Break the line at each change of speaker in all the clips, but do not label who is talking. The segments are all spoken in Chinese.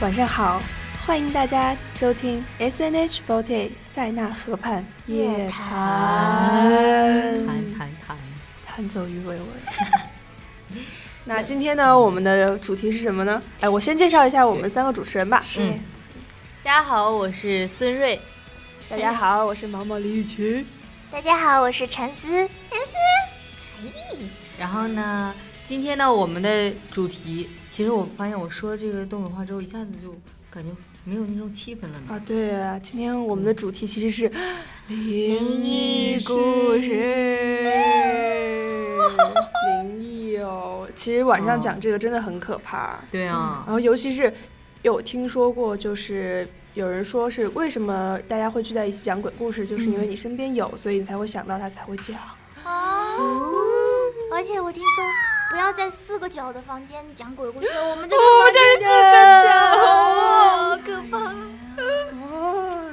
晚上好，欢迎大家收听 S N H Forty 塞纳河畔夜
谈
谈，
谈谈，
弹奏鱼尾纹。 那今天呢，我们的主题是什么呢？哎，我先介绍一下我们三个主持人吧。
嗯，大家好，我是孙瑞，
大家好，我是毛毛李雨晴。
大家好，我是陈思。
然后呢，今天呢，我们的主题，其实我发现我说了这个东北话之后，一下子就感觉没有那种气氛了呢。
啊，对啊，今天我们的主题其实是灵异故事。灵异哦，其实晚上
哦
讲这个真的很可怕。
对
然
啊，
后尤其是有听说过，就是有人说是为什么大家会聚在一起讲鬼故事，就是因为你身边有，所以你才会想到他才会讲。
哦，而且我听说不要在四个角的房间讲鬼故事，我们这个房间
这是四个角。
好可怕。
哦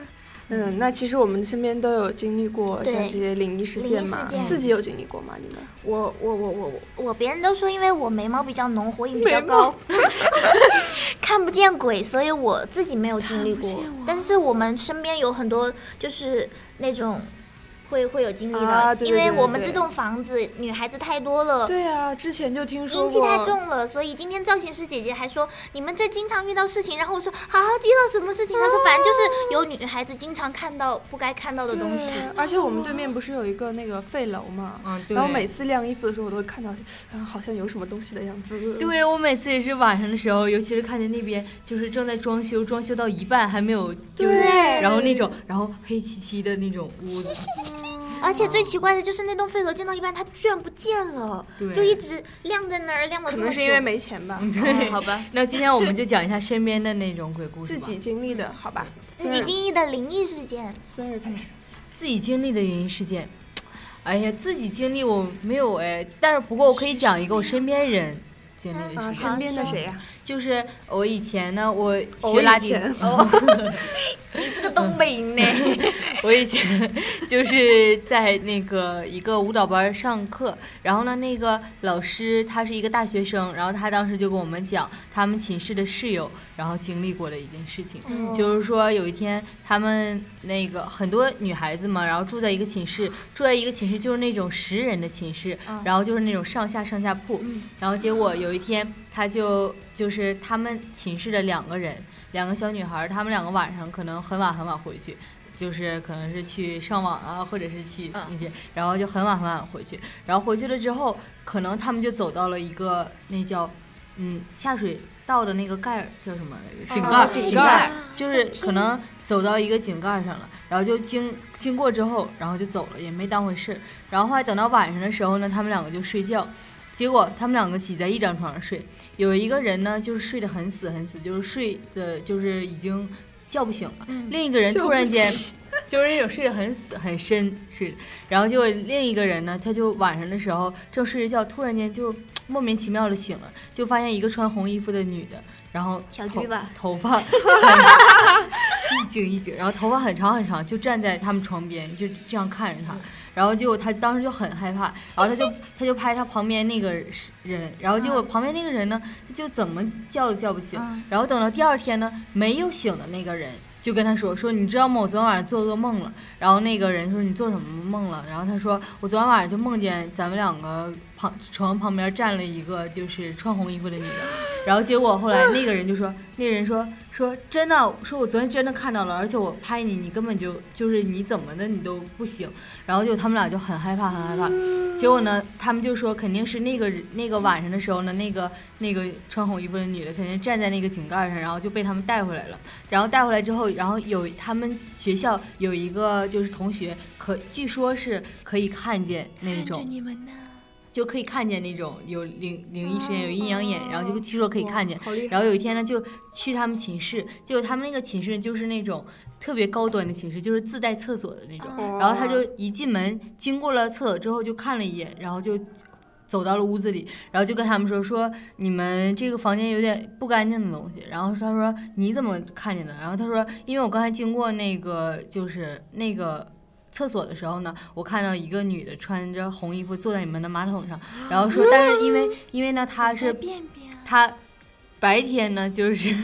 嗯，那其实我们身边都有经历过像
对
这些灵异事
灵
件
异
嘛
事，件
自己有经历过吗？你们？
我我我我我我，别人都说因为我眉毛比较浓，火影比较
眉毛
高， 看不见鬼，所以我自己没有经历过。但是我们身边有很多就是那种会会有经历的，
啊对对对
因为我们
对
这栋房子女孩子太多了，
对啊，之前就听说
阴气太
过。
重了，所以今天造型师姐姐还说你们这经常遇到事情，然后我说啊遇到什么事情？她说反正就是有女孩子经常看到不该看到的东西。
对而且我们对面不是有一个那个废楼嘛，
嗯，对。
然后每次晾衣服的时候，我都会看到，嗯，好像有什么东西的样子。
对我每次也是晚上的时候，尤其是看见那边就是正在装修，装修到一半还没有，就是
对
然后那种，然后黑漆漆的那种屋子，
而且最奇怪的就是那栋废楼建到一半，它居然不见了，
对，
就一直晾在那儿晾了
可
这么久。
能是因为没钱吧，
对
哦好吧，
那今天我们就讲一下身边的那种鬼故事
自
吧，
己经历的，好吧？
自己经历的灵异事件，
孙儿开始。
自己经历的灵异事件。哎呀，自己经历我没有哎，但是不过我可以讲一个我身边人经历的
啊，
事情，
身边的谁呀、
嗯就是我以前呢，我
我
学
以
哦拉丁，
前
这个东北人呢，
我以前就是在那个一个舞蹈班上课，然后呢，那个老师他是一个大学生，然后他当时就跟我们讲他们寝室的室友，然后经历过的一件事情。
嗯
就是说，有一天他们那个很多女孩子嘛，然后住在一个寝室，住在一个寝室就是那种十人的寝室，
嗯
然后就是那种上下上下铺，
嗯
然后结果有一天他就就是他们寝室的两个人，两个小女孩儿，她们两个晚上可能很晚很晚回去。就是可能是去上网啊，或者是去
嗯
那些，然后就很晚很晚回去，然后回去了之后，可能他们就走到了一个那叫嗯下水道的那个盖儿叫什么来着？井盖儿，
井
哦井
盖
盖
儿
儿，
啊
就是可能走到一个井盖上了，然后就经经过之后，然后就走了，也没当回事。然后后来等到晚上的时候呢，他们两个就睡觉，结果他们两个挤在一张床上睡，有一个人呢就是睡得很死很死，就是睡的就是已经叫不醒了，
嗯
另一个人
就
突然
不
间
行
就是那种睡得很死很深睡的，然后结果另一个人呢，他就晚上的时候正睡着觉，突然间就莫名其妙的醒了，就发现一个穿红衣服的女的，然后
小
头
菊吧，
头 发很一紧一紧，然后头发很长很长，就站在他们床边，就这样看着
嗯
他，然后结果他当时就很害怕，然后他就他就拍他旁边那个人，然后结果旁边那个人呢，就怎么叫都叫不醒，
嗯
然后等到第二天呢，没有醒的那个人就跟他说：“说你知道吗？我昨天晚上做噩梦了。”然后那个人说：“你做什么梦了？”然后他说：“我昨天晚上就梦见咱们两个旁床旁边站了一个就是穿红衣服的女 的。”然后结果后来那个人就说：“那个人说说真的，说我昨天真的看到了，而且我拍你，你根本就就是你怎么的你都不醒。”然后就他们俩就很害怕，很害怕。结果呢，他们就说肯定是那个人那个晚上的时候呢，那个那个穿红衣服的女的肯定站在那个井盖上，然后就被他们带回来了。然后带回来之后，然后有他们学校有一个就是同学可据说是可以看见那种
你们呢，
就可以看见那种有灵灵异事件，有阴阳眼，然后就据说可以看见
哇。好厉害。
然后有一天呢，就去他们寝室，结果他们那个寝室就是那种特别高端的寝室，就是自带厕所的那种。
哦
嗯
然后他就一进门，经过了厕所之后就看了一眼，然后就走到了屋子里，然后就跟他们说说你们这个房间有点不干净的东西。然后他说你怎么看见的？然后他说因为我刚才经过那个就是那个。厕所的时候呢，我看到一个女的穿着红衣服坐在你们的马桶上，然后说，但是因为因为呢她是
便便。
她白天呢就是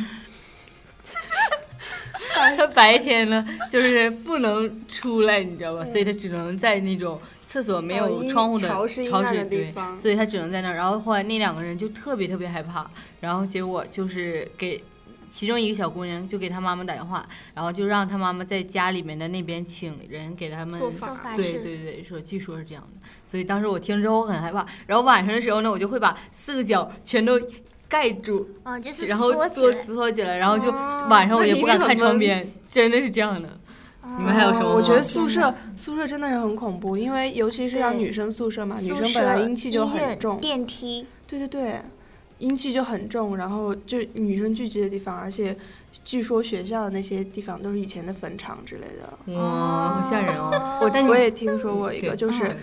他白天呢，就是不能出来，你知道吧？所以他只能在那种厕所没
哦
有
阴
窗户的
潮湿阴
潮
暗
水
的地
对
方
所以他只能在那儿。然后后来那两个人就特别特别害怕，然后结果就是给其中一个小姑娘就给她妈妈打电话，然后就让她妈妈在家里面的那边请人给他们
做
做法
对
事
对对，说据说是这样的，所以当时我听之后我很害怕。然后晚上的时候呢，我就会把四个角全都盖住，
啊，就是
然后
缩起
缩
来。
缩起来，然后就
哦
晚上我也不敢
那你
看
很
窗
闷
边，真的是这样的。你们还有什
哦
么
哦我觉
吗
得宿
天哪
舍宿舍真的是很恐怖，因为尤其是像
对
女生宿舍嘛，女
宿
生
舍
本来阴气就
医院
很重，
电梯
对对对，阴气就很重，然后就女生聚集的地方，而且据说学校的那些地方都是以前的坟场之类的。
哇，好吓人哦！
我
但
我
你
也听说过一
对
个，就是
对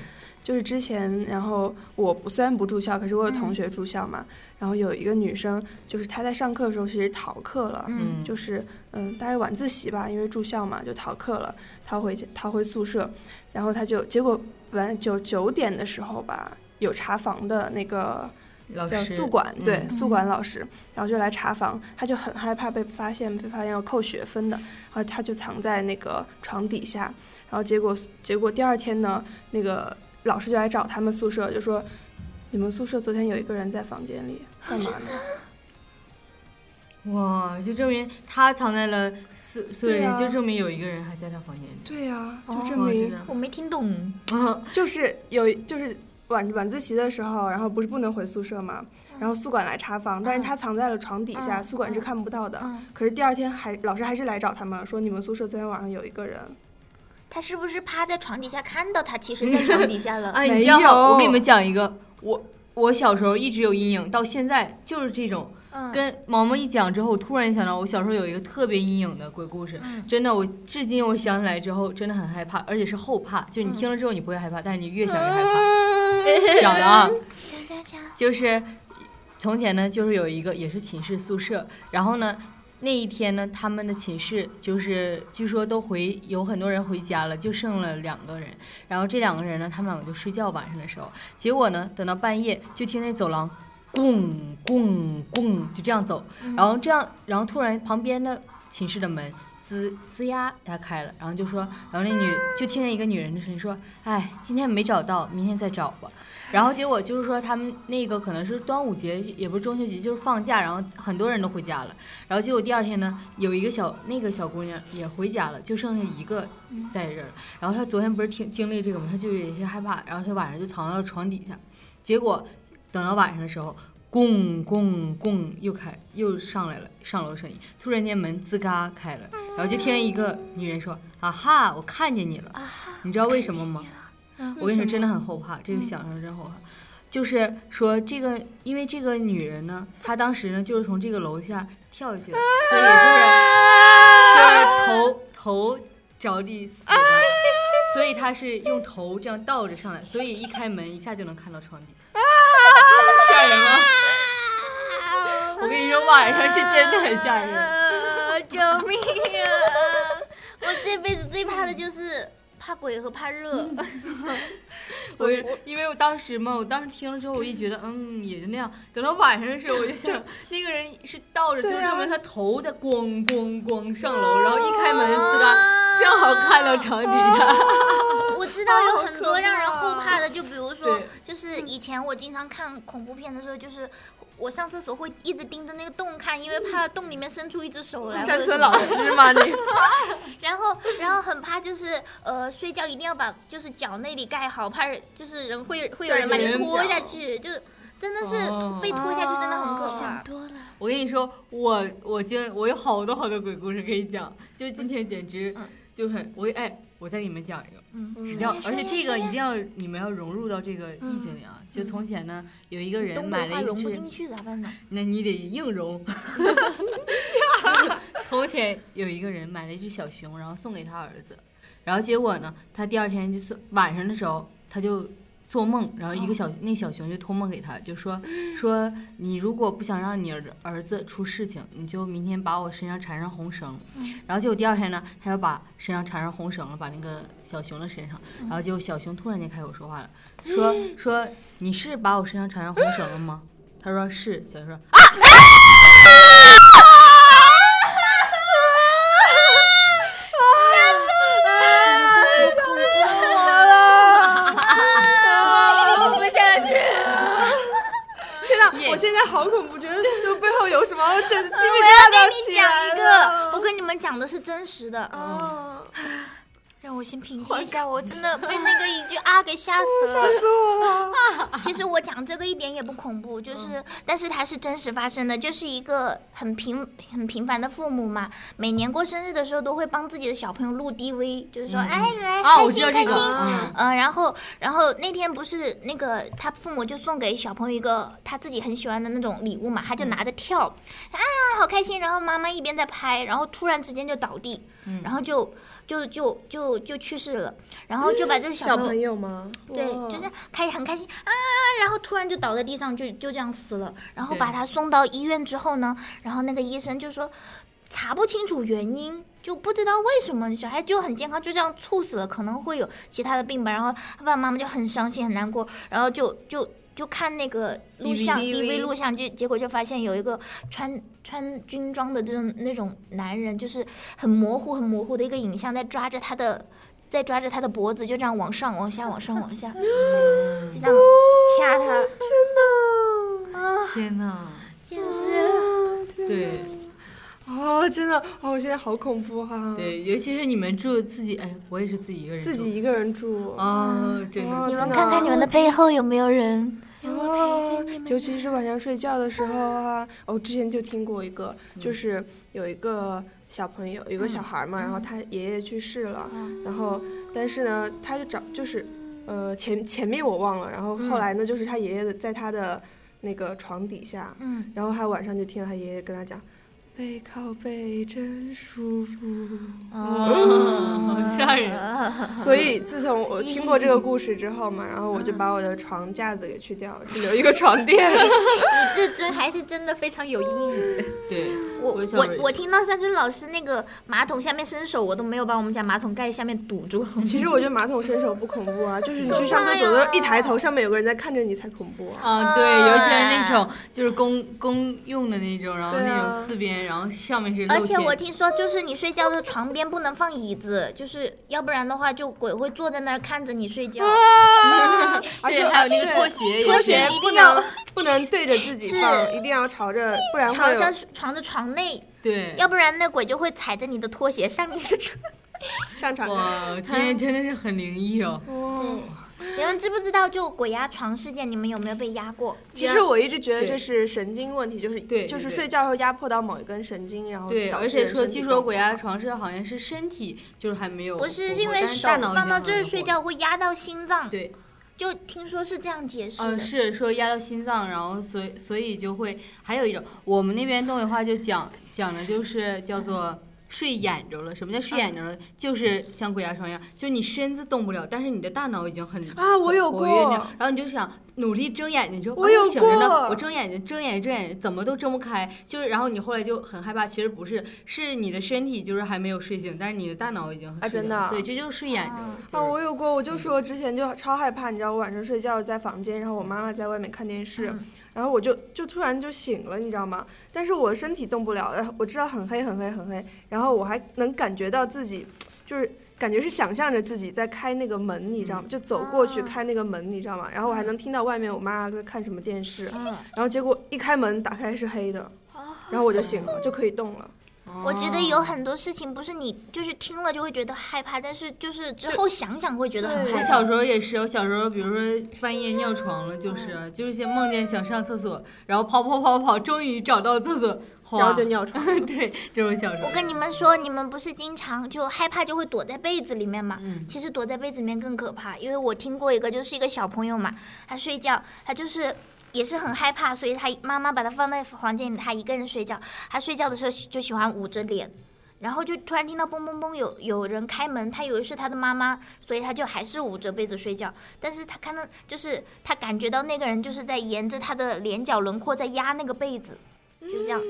就是之前，然后我不虽然不住校，可是我有同学住校嘛，然后有一个女生，就是她在上课的时候其实逃课了，
嗯，
就是嗯，大概晚自习吧，因为住校嘛，就逃课了，逃回家逃回宿舍，然后她就结果本来九九点的时候吧，有查房的那个
老
叫
师
宿管，对、
嗯
宿管老师，然后就来查房，她就很害怕被发现，被发现要扣学分的，然后她就藏在那个床底下，然后结果结果第二天呢，那个老师就来找他们宿舍，就说你们宿舍昨天有一个人在房间里
啊
干嘛呢？
哇，就证明他藏在了宿宿舍
对
里，
啊
就证明有一个人还在他房间里。
对呀、
哦
就证
哇，真
明、
的，
我没听
嗯
懂，
就是有就是晚晚自习的时候，然后不是不能回宿舍嘛，然后宿管来查房，但是他藏在了床底下，
嗯
宿管是看不到的。
嗯
可是第二天还老师还是来找他们说，你们宿舍昨天晚上有一个人，
他是不是趴在床底下看到他，其实在床底下了？
哎，你
没
这样好，我
有
给你们讲一个，我我小时候一直有阴影，到现在就是这种。
嗯，
跟毛毛一讲之后，我突然想到我小时候有一个特别阴影的鬼故事，
嗯
真的，我至今我想起来之后真的很害怕，而且是后怕，就
嗯
你听了之后你不会害怕，但是你越想越害 怕。讲了啊，
讲讲讲，
就是从前呢，就是有一个也是寝室宿舍，然后呢。那一天呢，他们的寝室就是据说都回有很多人回家了，就剩了两个人。然后这两个人呢，他们两个就睡觉晚上的时候，结果呢，等到半夜就听那走廊咣咣咣就这样走，然后这样，然后突然旁边的寝室的门吱吱呀一下开了，然后就说，然后那女就听见一个女人的声音说：“哎，今天没找到，明天再找吧。”然后结果就是说他们那个可能是端午节，也不是中秋节，就是放假，然后很多人都回家了。然后结果第二天呢，有一个小那个小姑娘也回家了，就剩下一个在这儿了。然后她昨天不是听经历这个嘛，她就有些害怕，然后她晚上就藏到了床底下。结果等到晚上的时候，咣咣咣又开又上来了上楼声音，突然间门吱嘎开了，然后就听见一个女人说：“啊哈，我看见你了。”你知道为什么吗？我跟你说，真的很后怕，这个想象真后怕。就是说，这个因为这个女人呢，她当时呢就是从这个楼下跳下去的，所以就是就是头头着地死的，所以她是用头这样倒着上来，所以一开门一下就能看到床底下，吓人吗？我跟你说，晚上是真的很吓人。
啊！救命啊！我这辈子最怕的就是怕鬼和怕热。
我因为我当时嘛，我当时听了之后，我一觉得嗯也就那样。等到晚上的时候，我就想那个人是倒着，就
对
是
啊
证明他头在咣咣咣上楼，然后一开门自个正好看到床底下。
我知道有很多让人后哦怕的，就比如说
对，
就是以前我经常看恐怖片的时候，就是我上厕所会一直盯着那个洞看，因为怕洞里面伸出一只手来。
山
或者
村
什么
老师吗你？
然后，然后很怕就是呃，睡觉一定要把就是脚那里盖好，怕人就是人会会有人把
有
你
人
拖
脚
下去，就是真的是
哦
被拖下去真的很可怕
想。
我跟你说，我我今我有好多好多鬼故事可以讲，就今天简直
嗯
就很我哎，我再给你们讲一个。
嗯，
一定要，而且这个一定要你们要融入到这个意境里啊！就从前呢，有一个人
嗯东北
买了
话
一
融不
只
进去咋办呢？
那你得硬 融。从前有一个人买了一只小熊，然后送给他儿子，然后结果呢，他第二天就是晚上的时候，他就做梦，然后一个小、那小熊就托梦给他，就说说你如果不想让你儿儿子出事情，你就明天把我身上缠上红绳。然后结果第二天呢，他又把身上缠上红绳了，把那个小熊的身上，然后结果小熊突然间开口说话了，说说你是把我身上缠上红绳了吗？他说是，小熊说啊，
哎
好恐怖，觉得就背后有什么这鸡皮疙
我要
瘩
跟
都
你
起来
讲一
了
个，我跟你们讲的是真实的。
啊，
让我先平静一下，我真的被那个一句啊给吓死了。
死我了！
其实我讲这个一点也不恐怖，就是，
嗯
但是它是真实发生的，就是一个很平很平凡的父母嘛，每年过生日的时候都会帮自己的小朋友录 DV，就是说，哎，来
啊，
开
我知
心
道这
开
个，
心，
嗯
呃，然后，然后那天不是那个他父母就送给小朋友一个他自己很喜欢的那种礼物嘛，他就
嗯
拿着跳，啊，好开心。然后妈妈一边在拍，然后突然之间就倒地，
嗯
然后就就就就就去世了，然后就把这个
小
小朋
朋
友。
友吗？
对，
哇
就是开很开心啊，然后突然就倒在地上，就就这样死了。然后把
对
他送到医院之后呢，然后那个医生就说查不清楚原因，就不知道为什么小孩就很健康，就这样猝死了，可能会有其他的病吧。然后他爸爸妈妈就很伤心很难过，然后就就就看那个录像
DVD
DV 录像，就结果就发现有一个穿穿军装的这种那种男人，就是很模糊很模糊的一个影像，在抓着他的。在抓着他的脖子，就这样往上、往下、往上、往 下，就这样掐他。
天哪！
啊天哪，
简直！
啊天
对
啊，真的哦，我现在好恐怖哈、啊！
对，尤其是你们住自己，哎，我也是自己一个人住，
自己一个人住啊，
啊，真的
哇
你们
天哪
看看你们的背后有没有人？
啊
哦尤其是晚上睡觉的时候啊，哦，之前就听过一个，就是有一个小朋友，有一个小孩嘛，然后他爷爷去世了，然后但是呢，他就找就是，呃，前前面我忘了，然后后来呢，就是他爷爷的在他的那个床底下，
嗯，
然后他晚上就听到他爷爷跟他讲。背靠背真舒服，
好吓人。
所以自从我听过这个故事之后嘛，然后我就把我的床架子给去掉了，只留一个床垫。
你 这真还是真的非常有阴影。
对，
我
我小时候
我我听到三春老师那个马桶下面伸手，我都没有把我们家马桶盖下面堵 住。
其实我觉得马桶伸手不恐怖啊，就是你去
可
上厕所
怕
的时候
呀
一抬头，上面有个人在看着你才恐怖啊。
啊，对，尤其是那种就是公公用的那种，然后
对
那
啊
种四边，然后上面是
而
露
且我
天，
听说，就是你睡觉的床边不能放椅子，就是要不然的话，就鬼会坐在那儿看着你睡觉。
啊 而且
对还有那个
对
拖鞋也是，
拖
拖鞋
鞋一
不
定要
能不能对着自己
是
放，一定要朝着，不然
朝
会有
着床的床内，
对，
要不然那鬼就会踩着你的拖鞋上你的床。
上场。嗯
哇，今天真的是很灵异哦。
哇
对，你们知不知道就鬼压床事件，你们有没有被压过？
其实我一直觉得
对
这是神经问题，就是
对对
就是
对
睡觉会压迫到某一根神经，然后
对，
导
而
致
且
人
说
身体
据
状
说
况
鬼压床是好像是身体就是还没有
不
活过，
是因为
但是
手
大脑已
放
经
到
好
这
像
儿
活
睡
了
觉会压到心脏，
对，
就听说是这样解释
嗯，
的。
是说压到心脏，然后所以所以就会还有一种，我们那边东北话就讲讲的就是叫做睡眼着了。什么叫睡眼着了？就是像鬼压床一样，就你身子动不了，但是你的大脑已经很
啊，我有
活跃那
过
样，，然后你就想努力睁眼睛，就哎
我有
醒着
过
呢，我睁眼睛，睁眼睛，睁眼睛，怎么都睁不开，就是然后你后来就很害怕，其实不是，是你的身体就是还没有睡醒，但是你的大脑已经
啊
睡醒
真的
了所以这就是睡眼着了。
啊，
就是
我有过，我
嗯
就说之前就超害怕，你知道，我晚上睡觉在房间，然后我妈妈在外面看电视，
嗯
然后我就就突然就醒了，你知道吗？但是我身体动不了，然后我知道很黑很黑很黑，然后我还能感觉到自己，就是感觉是想象着自己在开那个门，你知
嗯
道吗？就走过去
啊
开那个门，你知道吗？然后我还能听到外面我妈在看什么电视，
嗯，啊
然后结果一开门打开是黑的，然后我就醒了，就可以动了。
我觉得有
哦
很多事情不是你就是听了就会觉得害怕，但是就是之后想想会觉得很
对
我
害怕。
小时候也是，我小时候比如说半夜尿床了，就是就是先梦见想上厕所，然后跑跑跑跑，终于找到厕所，哗
然后就。尿床了
对，这种小时候。
我跟你们说，你们不是经常就害怕就会躲在被子里面嘛？其实躲在被子里面更可怕，因为我听过一个，就是一个小朋友嘛，他睡觉，他就是也是很害怕，所以他妈妈把他放在房间里，他一个人睡觉。他睡觉的时候就喜欢捂着脸，然后就突然听到嘣嘣嘣有有人开门，他以为是他的妈妈，所以他就还是捂着被子睡觉。但是他看到就是他感觉到那个人就是在沿着他的脸角轮廓在压那个被子，就这样。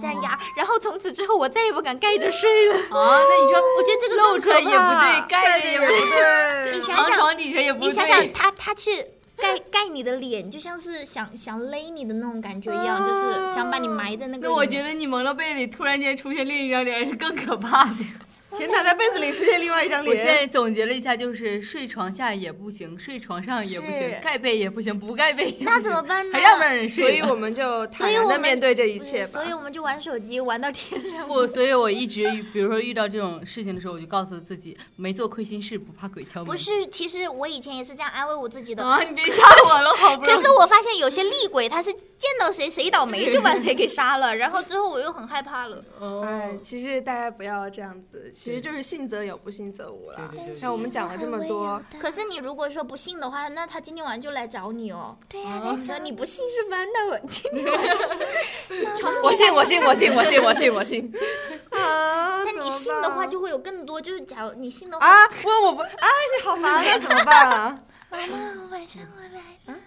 这样压，然后从此之后我再也不敢盖着睡了。
啊，那你说
我觉得这个
露
更
出来
可
也不
怕
对，盖着也不哎对，
对
你想
藏
想，
床底下也不对。
你想想他他去盖盖你的脸，就像是想想勒你的那种感觉一样，
啊
就是想把你埋在那个里面。
那我觉得你蒙到被里突然间出现另一张脸是更可怕的。
天哪，在被子里出现另外一张
我现
脸，
在总结了一下，就是睡床下也不行，睡床上也不行
是，
盖被也不行，不盖被也不行
那怎么办呢？
还让不让人
所
睡
以
了？
我们就
所
坦
以
然
我
的
们
面对这一
不是
切吧
嗯所以。我们就玩手机，玩到天亮。
不，所以 我一直比如说遇到这种事情的时候，我就告诉自己，没做亏心事，不怕鬼
嗯
敲门。
不是，其实我以前也是这样安慰我自己的。
啊，你别吓我了，好不容
可
易
是我发现有些厉鬼，他是见到谁谁倒霉就把谁给杀了，然后之后我又很害怕了。
哦
哎，其实大家不要这样子，其实就是信则有，不信则无啦
对对对。
像我们讲了这么多，
啊
可是你如果说不信的话，那他今天晚上就来找你哦。
对呀、
啊
来
说
找
你不信是吧？那我今天晚上
我信，我信，我信，我信，我信，我信。 啊，
那你信的话
怎么
就会有更多，就是假如你信的
办
话，
啊，问我不啊，你好烦 啊，怎么办啊？
妈妈，晚上我来了。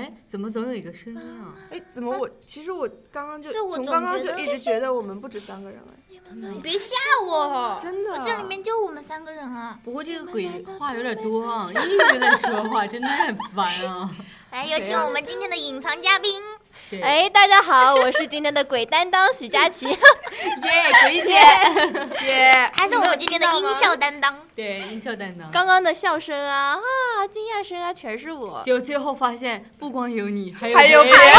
哎，怎么总有一个声音啊？
哎，怎么我其实我刚刚就是
我
从
总
刚刚就
觉得
一直觉得我们不止三个人哎，
你们没
你别吓我，
真的啊
我这里面就我们三个人啊。
不过这个鬼话有点多啊，一直在说话，真的太烦啊。
来，有请我们今天的隐藏嘉宾，
对，
哎，大家好，我是今天的鬼担当许佳琪。
耶，鬼姐，
耶，
还是我们今天的音效担当。
对，音效担当。
刚刚的笑声啊啊，惊讶声啊，全是我。
结果最后发现，不光有你，还有
还有别
别人
人，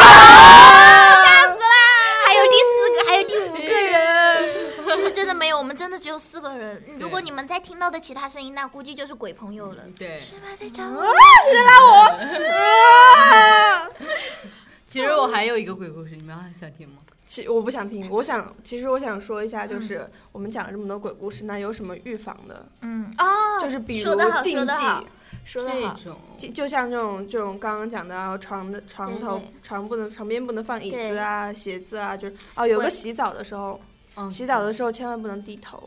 还有第四个，还有第五
一
个
个人。
其实真的没有，我们真的只有四个人。嗯如果你们再听到的其他声音，那估计就是鬼朋友了。
对，
是吗？在找我？
啊！
其实我还有一个鬼故事，你们还想听吗？
其我不想听，我想其实我想说一下，就是我们讲了这么多鬼故事，那有什么预防的？
嗯，哦，
就是比如
说得好，
禁
说得
忌，
好，说得
这
啊
好。
种
就就像这种这种刚刚讲的啊，床的床头
对
床不能床边不能放椅子啊、鞋子啊，就是哦，有个
对
洗澡的时候，
嗯
洗澡的时候千万不能低头，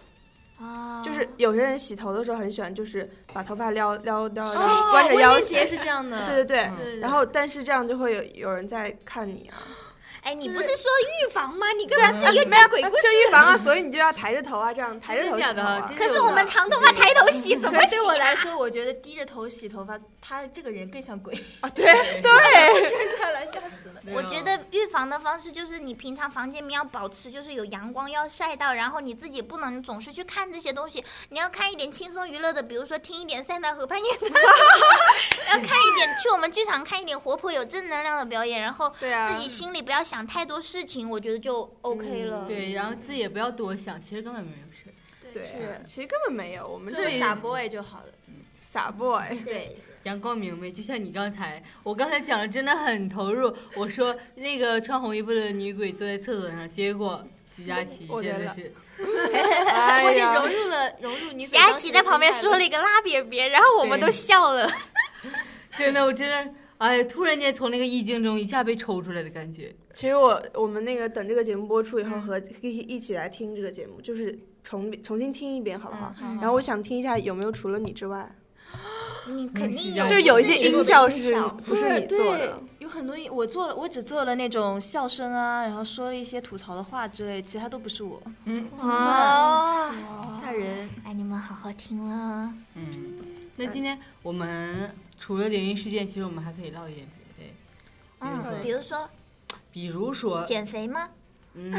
啊，
就是有些人洗头的时候很喜欢，就是把头发撩撩撩到
哦
弯着腰
我以
洗
前也，是这样的。
对对对
嗯。
对
然后，但是这样就会有有人在看你啊，
哎，你
就
不
是
是说预防吗？你干嘛自己又
没有
讲鬼故事？
就预防啊，所以你就要抬着头啊，这样抬着头洗
真
头
的假的
啊
这。
可是我们长头发抬头洗，怎么
可是
洗
嗯对我
啊？
来说，我觉得低着头洗头发，他这个人更像鬼，
啊对对，
看来吓死了。
啊
我觉得预防的方式就是你平常房间要保持就是有阳光要晒到，然后你自己不能总是去看这些东西，你要看一点轻松娱乐的，比如说听一点塞纳河畔夜灯， 要看一点去我们剧场看一点活泼有正能量的表演，然后
对啊
自己心里不要想太多事情，我觉得就
嗯
OK 了。
对，然后自己也不要多想，其实根本没有事。
对啊，其实根本没有，我们
做
这
个
里
傻 boy 就好了。
傻 boy，
对
阳光明媚，就像你刚才，我刚才讲的真的很投入。我说那个穿红衣服的女鬼坐在厕所上，结果徐佳琪
我
真
来
的
了
是，
哎
我已经
呀
融，入了融入你。
对，佳琪在旁边说了一个拉瘪瘪，然后我们
对
都笑 了。
真的我真的，哎，突然间从那个意境中一下被抽出来的感觉。
其实我我们那个等这个节目播出以后，和一一起来听这个节目，就是重重新听一遍，好不好？
嗯
然后我想听一下有没有除了你之外，
你肯定
嗯
有，
就是有一些
自己做
音
的
效
音
是不是你做
对
的？，
有很多音我做了，我只做了那种笑声啊，然后说了一些吐槽的话之类，其他都不是我，
嗯
哦。
吓人。
哎，你们好好听了。
嗯，那今天我们除了灵异事件，其实我们还可以唠一点别的，
嗯，比如说
比如说，
减肥吗？
嗯，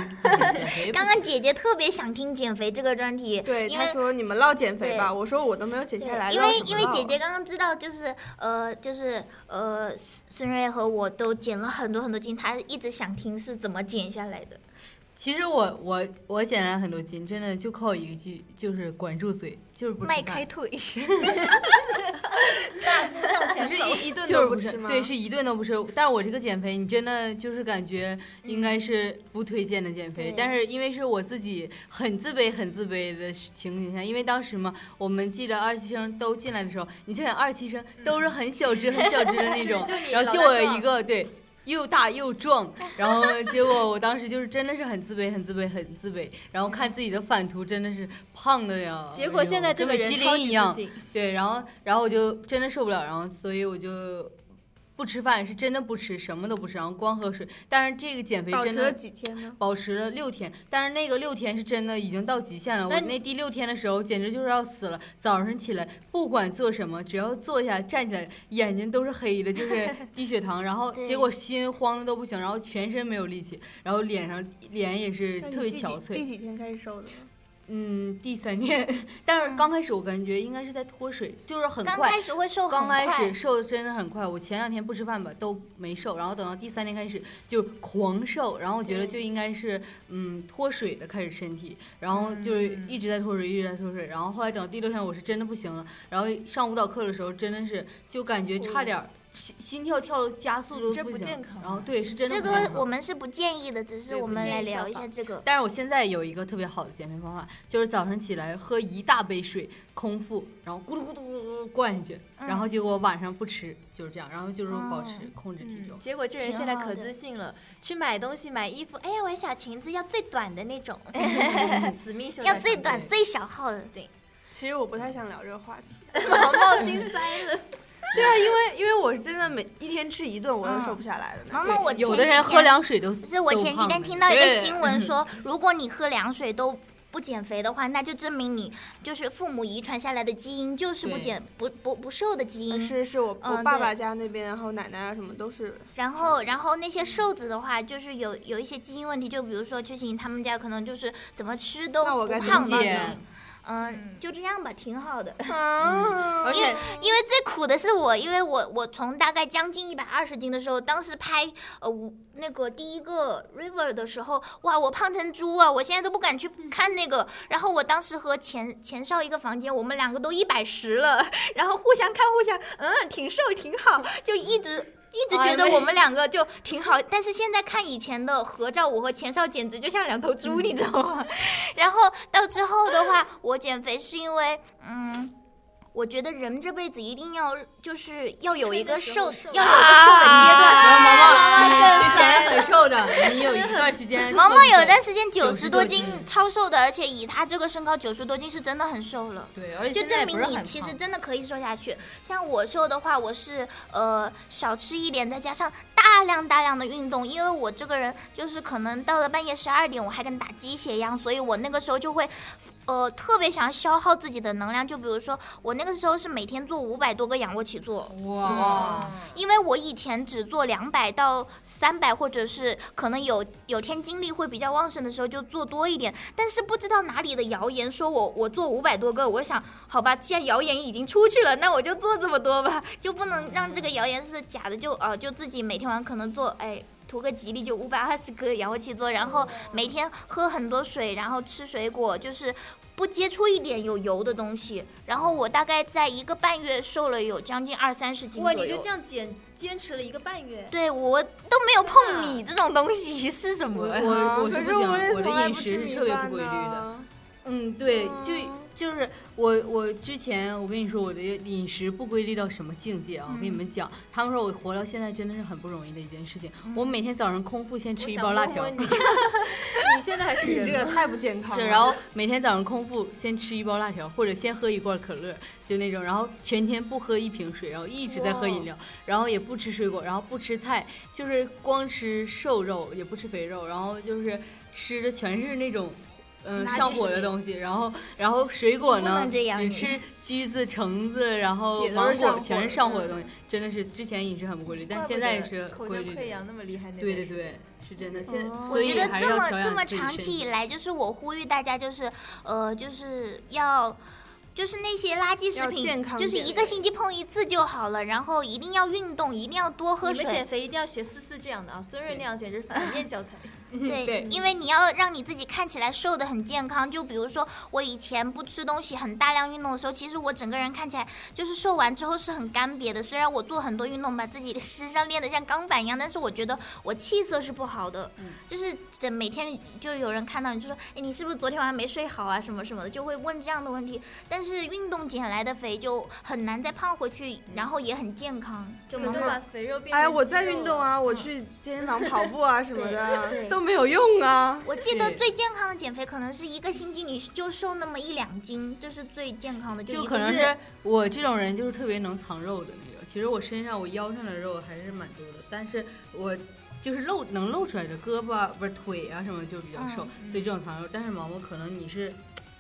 减肥吧
刚刚姐姐特别想听减肥这个专题，
对，
因
他
为。
说你们唠减肥吧，
对
我说我都没有减
对
下来，
因
唠
为
什么
因为
唠
姐
啊
姐刚刚知道，就是呃，就是呃，孙瑞和我都减了很多很多斤，她一直想听是怎么减下来的。
其实我我我减了很多斤，真的就靠一句，就是管住嘴，就是不吃
迈
饭
开腿，
你是一一顿
就是
都
不
吃吗？
对，是一顿都不吃。但是我这个减肥，你真的就是感觉
嗯
应该是不推荐的减肥。
对
但是因为是我自己很自卑、很自卑的情景下，因为当时嘛，我们记得二期生都进来的时候，你想想二期生都是很小只、很小只的那种
是就你，
然后
老
就
大
我
壮
一个对。又大又 壮，然后结果我当时就是真的是很自卑，很自卑，很自卑。然后看自己的版图，真的是胖的呀，
结果现在这个
嗯跟个
人
麒
超
麟
级
一
自
样。
信，
对，然后然后我就真的受不了，然后所以我就不吃饭，是真的不吃，什么都不吃，然后光喝水。但是这个减肥
保
真
持了
的
几天呢？
保持了六天，但是那个六天是真的已经到极限了。我
那你
那第六天的时候，简直就是要死了。早上起来不管做什么，只要坐下站起来，眼睛都是黑的，就是 低血糖，然后
对
结果心慌的都不行，然后全身没有力气，然后脸上脸也是
那你
特别
第几
憔悴
第。几天开始瘦的呢？
嗯第三天， 但
嗯
是刚开始我感觉应该是在脱水，就是很
刚
快。
开始会瘦很
刚
快，
开始瘦的真的很快，我前两天不吃饭吧都没瘦，然后等到第三天开始就狂瘦，然后我觉得就应该是嗯脱水的开始身体，然后就是一直在脱水，一直在脱水，然后后来等到第六天我是真的不行了，然后上舞蹈课的时候真的是就感觉差点儿心心跳跳的加速都
嗯这
不
不
行
健康
然后对是真的
这
不健
个
康
我们是不建议的，只是
对
我
不
们
建
来
议效
聊一
仿
下这个。
但是我现在有一个特别好的减肥方法，就是早上起来喝一大杯水，空腹，然后咕噜咕噜咕噜咕噜灌下去，
嗯
然后结果晚上不吃，就是这样，然后就是保持
哦
控制体重
嗯，。结果这人
挺
现在
好
可
的
自信了，去买东西买衣服，哎呀，我小裙子要最短的那种 嗯，死命修
要最
对
短最小号的，对，
其实我不太想聊这个话题，
冒心塞了。
对啊，因为嗯因为我是真的每一天吃一顿，我是瘦不下来的呢。
毛毛我
有
前
的
几
人喝
天
凉水都
是我前几天听到一
对
个新闻说，如果你喝凉水都不减肥的话，那就证明你就是父母遗传下来的基因就是不
对
减不不不瘦的基
呃
因。
是是我我
嗯
爸
对
爸家那边，然后奶奶啊什么都是，
然后然后那些瘦子的话，就是有有一些基因问题，就比如说曲奇他们家可能就是怎么吃都
那我
不
该怎么
胖
解
的
姐，
嗯，就这样吧，挺好的。
啊
而且
因为最苦的是我，因为我我从大概将近一百二十斤的时候，当时拍呃我那个第一个 River 的时候，哇，我胖成猪啊！我现在都不敢去看那个。然后我当时和前前少一个房间，我们两个都一百十了， 然后互相看互相，嗯，挺瘦挺好，就一直。一直
哎
觉得我们两个就挺好，但是现在看以前的合照，我和前少简直就像两头猪，你知道吗？然后到之后的话， 我减肥是因为，嗯，我觉得人这辈子一定要就是要有一个
青春
瘦
的时，候瘦
要有一个瘦的阶段。
啊毛毛
更
之前很瘦的，你有一段时间
毛毛有
的
段时间九十多斤
90多斤，
超瘦的，而且以他这个身高，九十多斤是真的很瘦了。
对，而且
就
现在也
证
不
明
是
你
很
其
胖
实真的可以瘦下去。像我瘦的话，我是呃少吃一点，再加上大量大量的运动，因为我这个人就是可能到了半夜十二点，我还跟打鸡血一样，所以我那个时候就会。呃，特别想要消耗自己的能量，就比如说我那个时候是每天做五百多个仰卧起坐，
哇，
因为我以前只做两百到三百，或者是可能有有天精力会比较旺盛的时候就做多一点，但是不知道哪里的谣言说我我做五百多个，我想好吧，既然谣言已经出去了，那我就做这么多吧，就不能让这个谣言是假的，就呃就自己每天晚上可能做哎。图个吉利就五百二十个仰卧起坐，然后每天喝很多水，然后吃水果，就是不接触一点有油的东西。然后我大概在一个半月瘦了有将近二三十斤
哇，
左右。
你就这样坚坚持了一个半月，
对我都没有
啊
碰米这种东西是什
我
么？
我我
可
是不
我
行，
也
我的
从来
饮
不
食
吃
是
米
特别
饭
不规律的。
呢。
嗯，对，就
嗯
就是我我之前我跟你说我的饮食不规律到什么境界啊！我跟
嗯
你们讲，他们说我活到现在真的是很不容易的一件事情。我每天早上空腹先
嗯我
吃一
想
包辣
摸
条
摸， 你，你现在还是
你这
人
个
吗？
太不健康了。
对，然后每天早上空腹先吃一包辣条，或者先喝一罐可乐，就那种，然后全天不喝一瓶水，然后一直在喝饮料，然后也不吃水果，然后不吃菜，就是光吃瘦肉，也不吃肥肉，然后就是吃的全是那种。嗯，
垃圾
上火
食
的
品
东西，然后，然后水果
你不
呢，
能这样
只
你
吃橘子、橙子，然后
也都
芒
是上
果，
火
全
的
是上火的东西，真的是之前饮食很不规律，但
怪
现
不
在也
得
是
口
规
腔
律的
溃。疡那么厉害，那
对
边
对
是
对，是真的。现
哦
所
我
以
觉得
还是
这
要
么
调
这
养
么
自己
长
身
期
体
以来，就是我呼吁大家，就是呃，就是要。就是那些垃圾食
要健
品
康，
就是
减
一个
肥
星期碰一次就好了。然后一定要运动，一定要多喝
你们减
水，
肥一定要学思思这样的啊，孙瑞那样简直反面教材。
对，
对
因为你要让你自己看起来瘦的很健康。就比如说我以前不吃东西，很大量运动的时候，其实我整个人看起来就是瘦完之后是很干瘪的。虽然我做很多运动，把自己身上练得像钢板一样，但是我觉得我气色是不好的。就是这每天就有人看到你就说，哎，你是不是昨天晚上没睡好啊，什么什么的，就会问这样的问题。但是运动减来的肥就很难再胖回去，然后也很健康，就
我们
毛
都
毛
把肥肉变成
哎，我
肌
在
肉
运
了
动啊，我去健身房跑步啊什么
嗯对
的
对
都没有用啊。
我记得
是
最健康的减肥可能是一个星期你就瘦那么一两斤，这是最健康的，
就
一
可
个
能
月。
是我这种人就是特别能藏肉的那种。其实我身上我腰上的肉还是蛮多的，但是我就是露能露出来的胳膊啊不是腿啊什么就比较瘦，所以这种藏肉。但是毛毛可能你是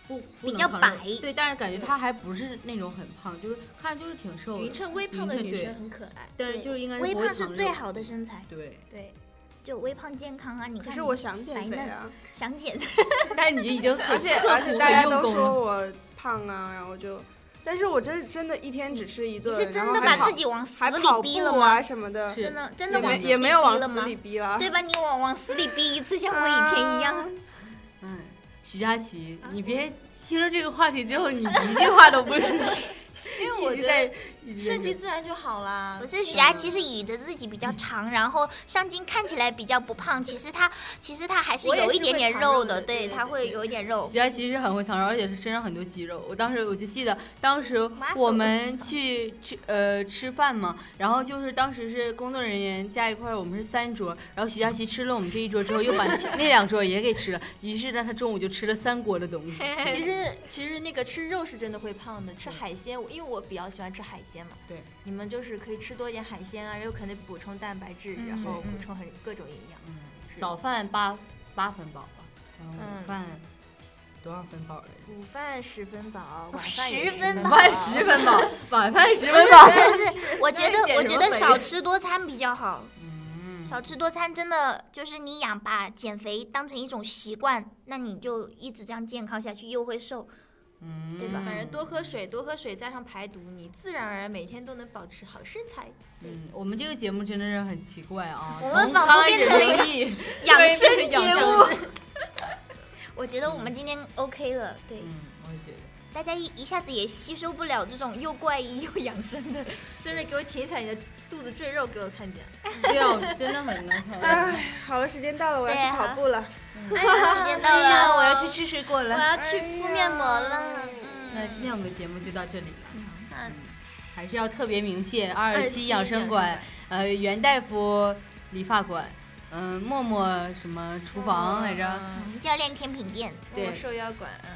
不不
比
能
较
藏
白
肉对，但是感觉她还不是那种很胖，就是看着就是挺瘦
匀
的，
称微胖的
匀称嗯
女
对
生很可爱。
但是
对
就是应该是
微
不会
胖是
藏肉
最好的身材。
对。
对，
就微胖健康啊。你看
可
你，
是我想减肥
白嫩
啊，
想减肥，
但是你已经
而
很
且
刻
而
苦
且
地
大家
用
都
功了
说我胖啊，然后就，但是我真真的一天只吃一
你
顿，
是真
然后
的
还
把
跑
自己往死
还
里
跑
逼了
步
吗
啊？什么的，
是
真的真
也
的往
没
死
也
里
没有
逼
往
了
死
吗
里？逼了，
对吧？你往往死里逼一次，像我以前一样。
啊
嗯，徐佳琪，你别听了这个话题之后，你一句话都不是，
因
一
为我
直
觉
在
得顺其自然就好啦。
不是徐佳琪是倚着自己比较长，然后上镜看起来比较不胖，其实她其实她还是
我也
有一
是
点
会
点
藏
肉
肉的对
对，
对
她
对
会
对
有一点肉
徐。佳琪是很会藏肉，而且是身上很多肌肉。我当时我就记得，当时
Muscle
我们去吃呃吃饭嘛，然后就是当时是工作人员加一块儿，我们是三桌，然后徐佳琪吃了我们这一桌之后，又把 那两桌也给吃了，于是呢，他中午就吃了三锅的东西。
其实其实那个吃肉是真的会胖的，吃海鲜，我因为我比较喜欢吃海鲜嘛。
对，
你们就是可以吃多一点海鲜啊，又可能补充蛋白质，
嗯
然后
嗯
补充很各种营养。
嗯，早饭八八分饱吧，然后
嗯
午饭多少分饱来 着？
午饭十分饱，晚饭
10
也
分
分
饱
午
饱
饭十分饱，晚饭十
不是
分饱。
不是，是我觉
那你
得
减
我
什
觉
么
得
肥
少吃多餐比较好，
嗯，
少吃多餐真的就是你养把减肥当成一种习惯，那你就一直这样健康下去，又会 瘦。
嗯，
对吧
反正多喝水，多喝水加上排毒，你自然而然每天都能保持好身材。
嗯，我们这个节目真的是很奇怪啊，
我们
从
仿佛
刚开
变
始
成了
灵异，
养
对
生
变成
节
养生
目。我觉得我们今天 OK 了，对，
嗯，我也觉得。
大家一一下子也吸收不了这种又怪异又养生 的。
孙瑞，给我挺起来你的肚子赘肉，给我看见。
对啊，我真的很能 操。
哎，好了，时间到了，我要
对啊
去跑
好
步了。
哎呀，时间到
哎呀
了，
我要去吃
水果
哎
我。要去敷面膜
哎
了
呀。
那
嗯
今天我们的节目就到这里了，
嗯，
还是要特别鸣谢二
二
十
期
七养生馆，呃，袁大夫理发馆，嗯，默默什么厨房来着，
我们教练甜品 店，
对，
对
瘦腰馆，嗯，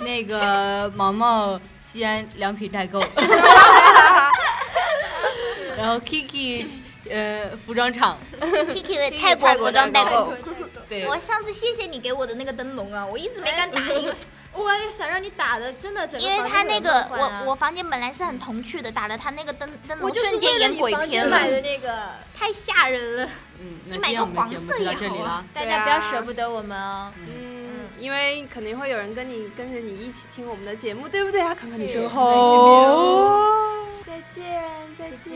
嗯那个毛毛西安良品代购，然后 Kiki 呃服装厂，
Kiki 的泰国服装代购。
对，
我上次谢谢你给我的那个灯笼啊，我一直没敢打，因为
我也想让你打的，真的整个
因为
房
他
间
那
很
个
梦幻啊
我我房间本来是很童趣的，打了他那个灯灯
我
笼，
就是
瞬
为
间
了
演
你
鬼
房
片
间买
了，
的那个，
太吓人了。
嗯，那
你
今
买
天
个
我们的节目
黄色
就到
也
这里
好
了
啊。
大
对
家不要
啊
舍不得我们哦。
嗯，因为肯定会有人跟你跟着你一起听我们的节目，对不对啊？看看你
是
身
肯定
后。再见，再
再
见。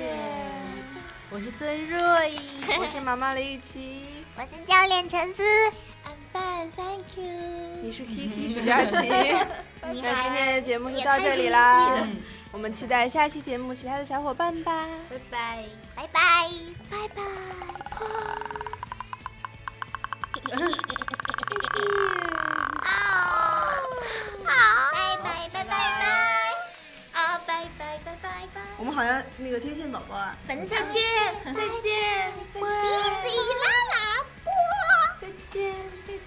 我是孙瑞，
我是妈妈李雨琪，
我是教练陈思，
I'm fine, thank you.
你是 Kiki 徐佳 琪。那
你
今
好
天的节目就
也
到
太
这里
入
啦
戏了，
我们期待下期节目其他的小伙伴吧。
拜拜。
拜拜。
Bye bye.
Oh, oh, 拜拜拜拜拜，哦拜拜拜拜拜，
我们好像那个天线宝宝啊，
粉再见
再见，再见，
，Kissy 拉拉波。
再见，再见。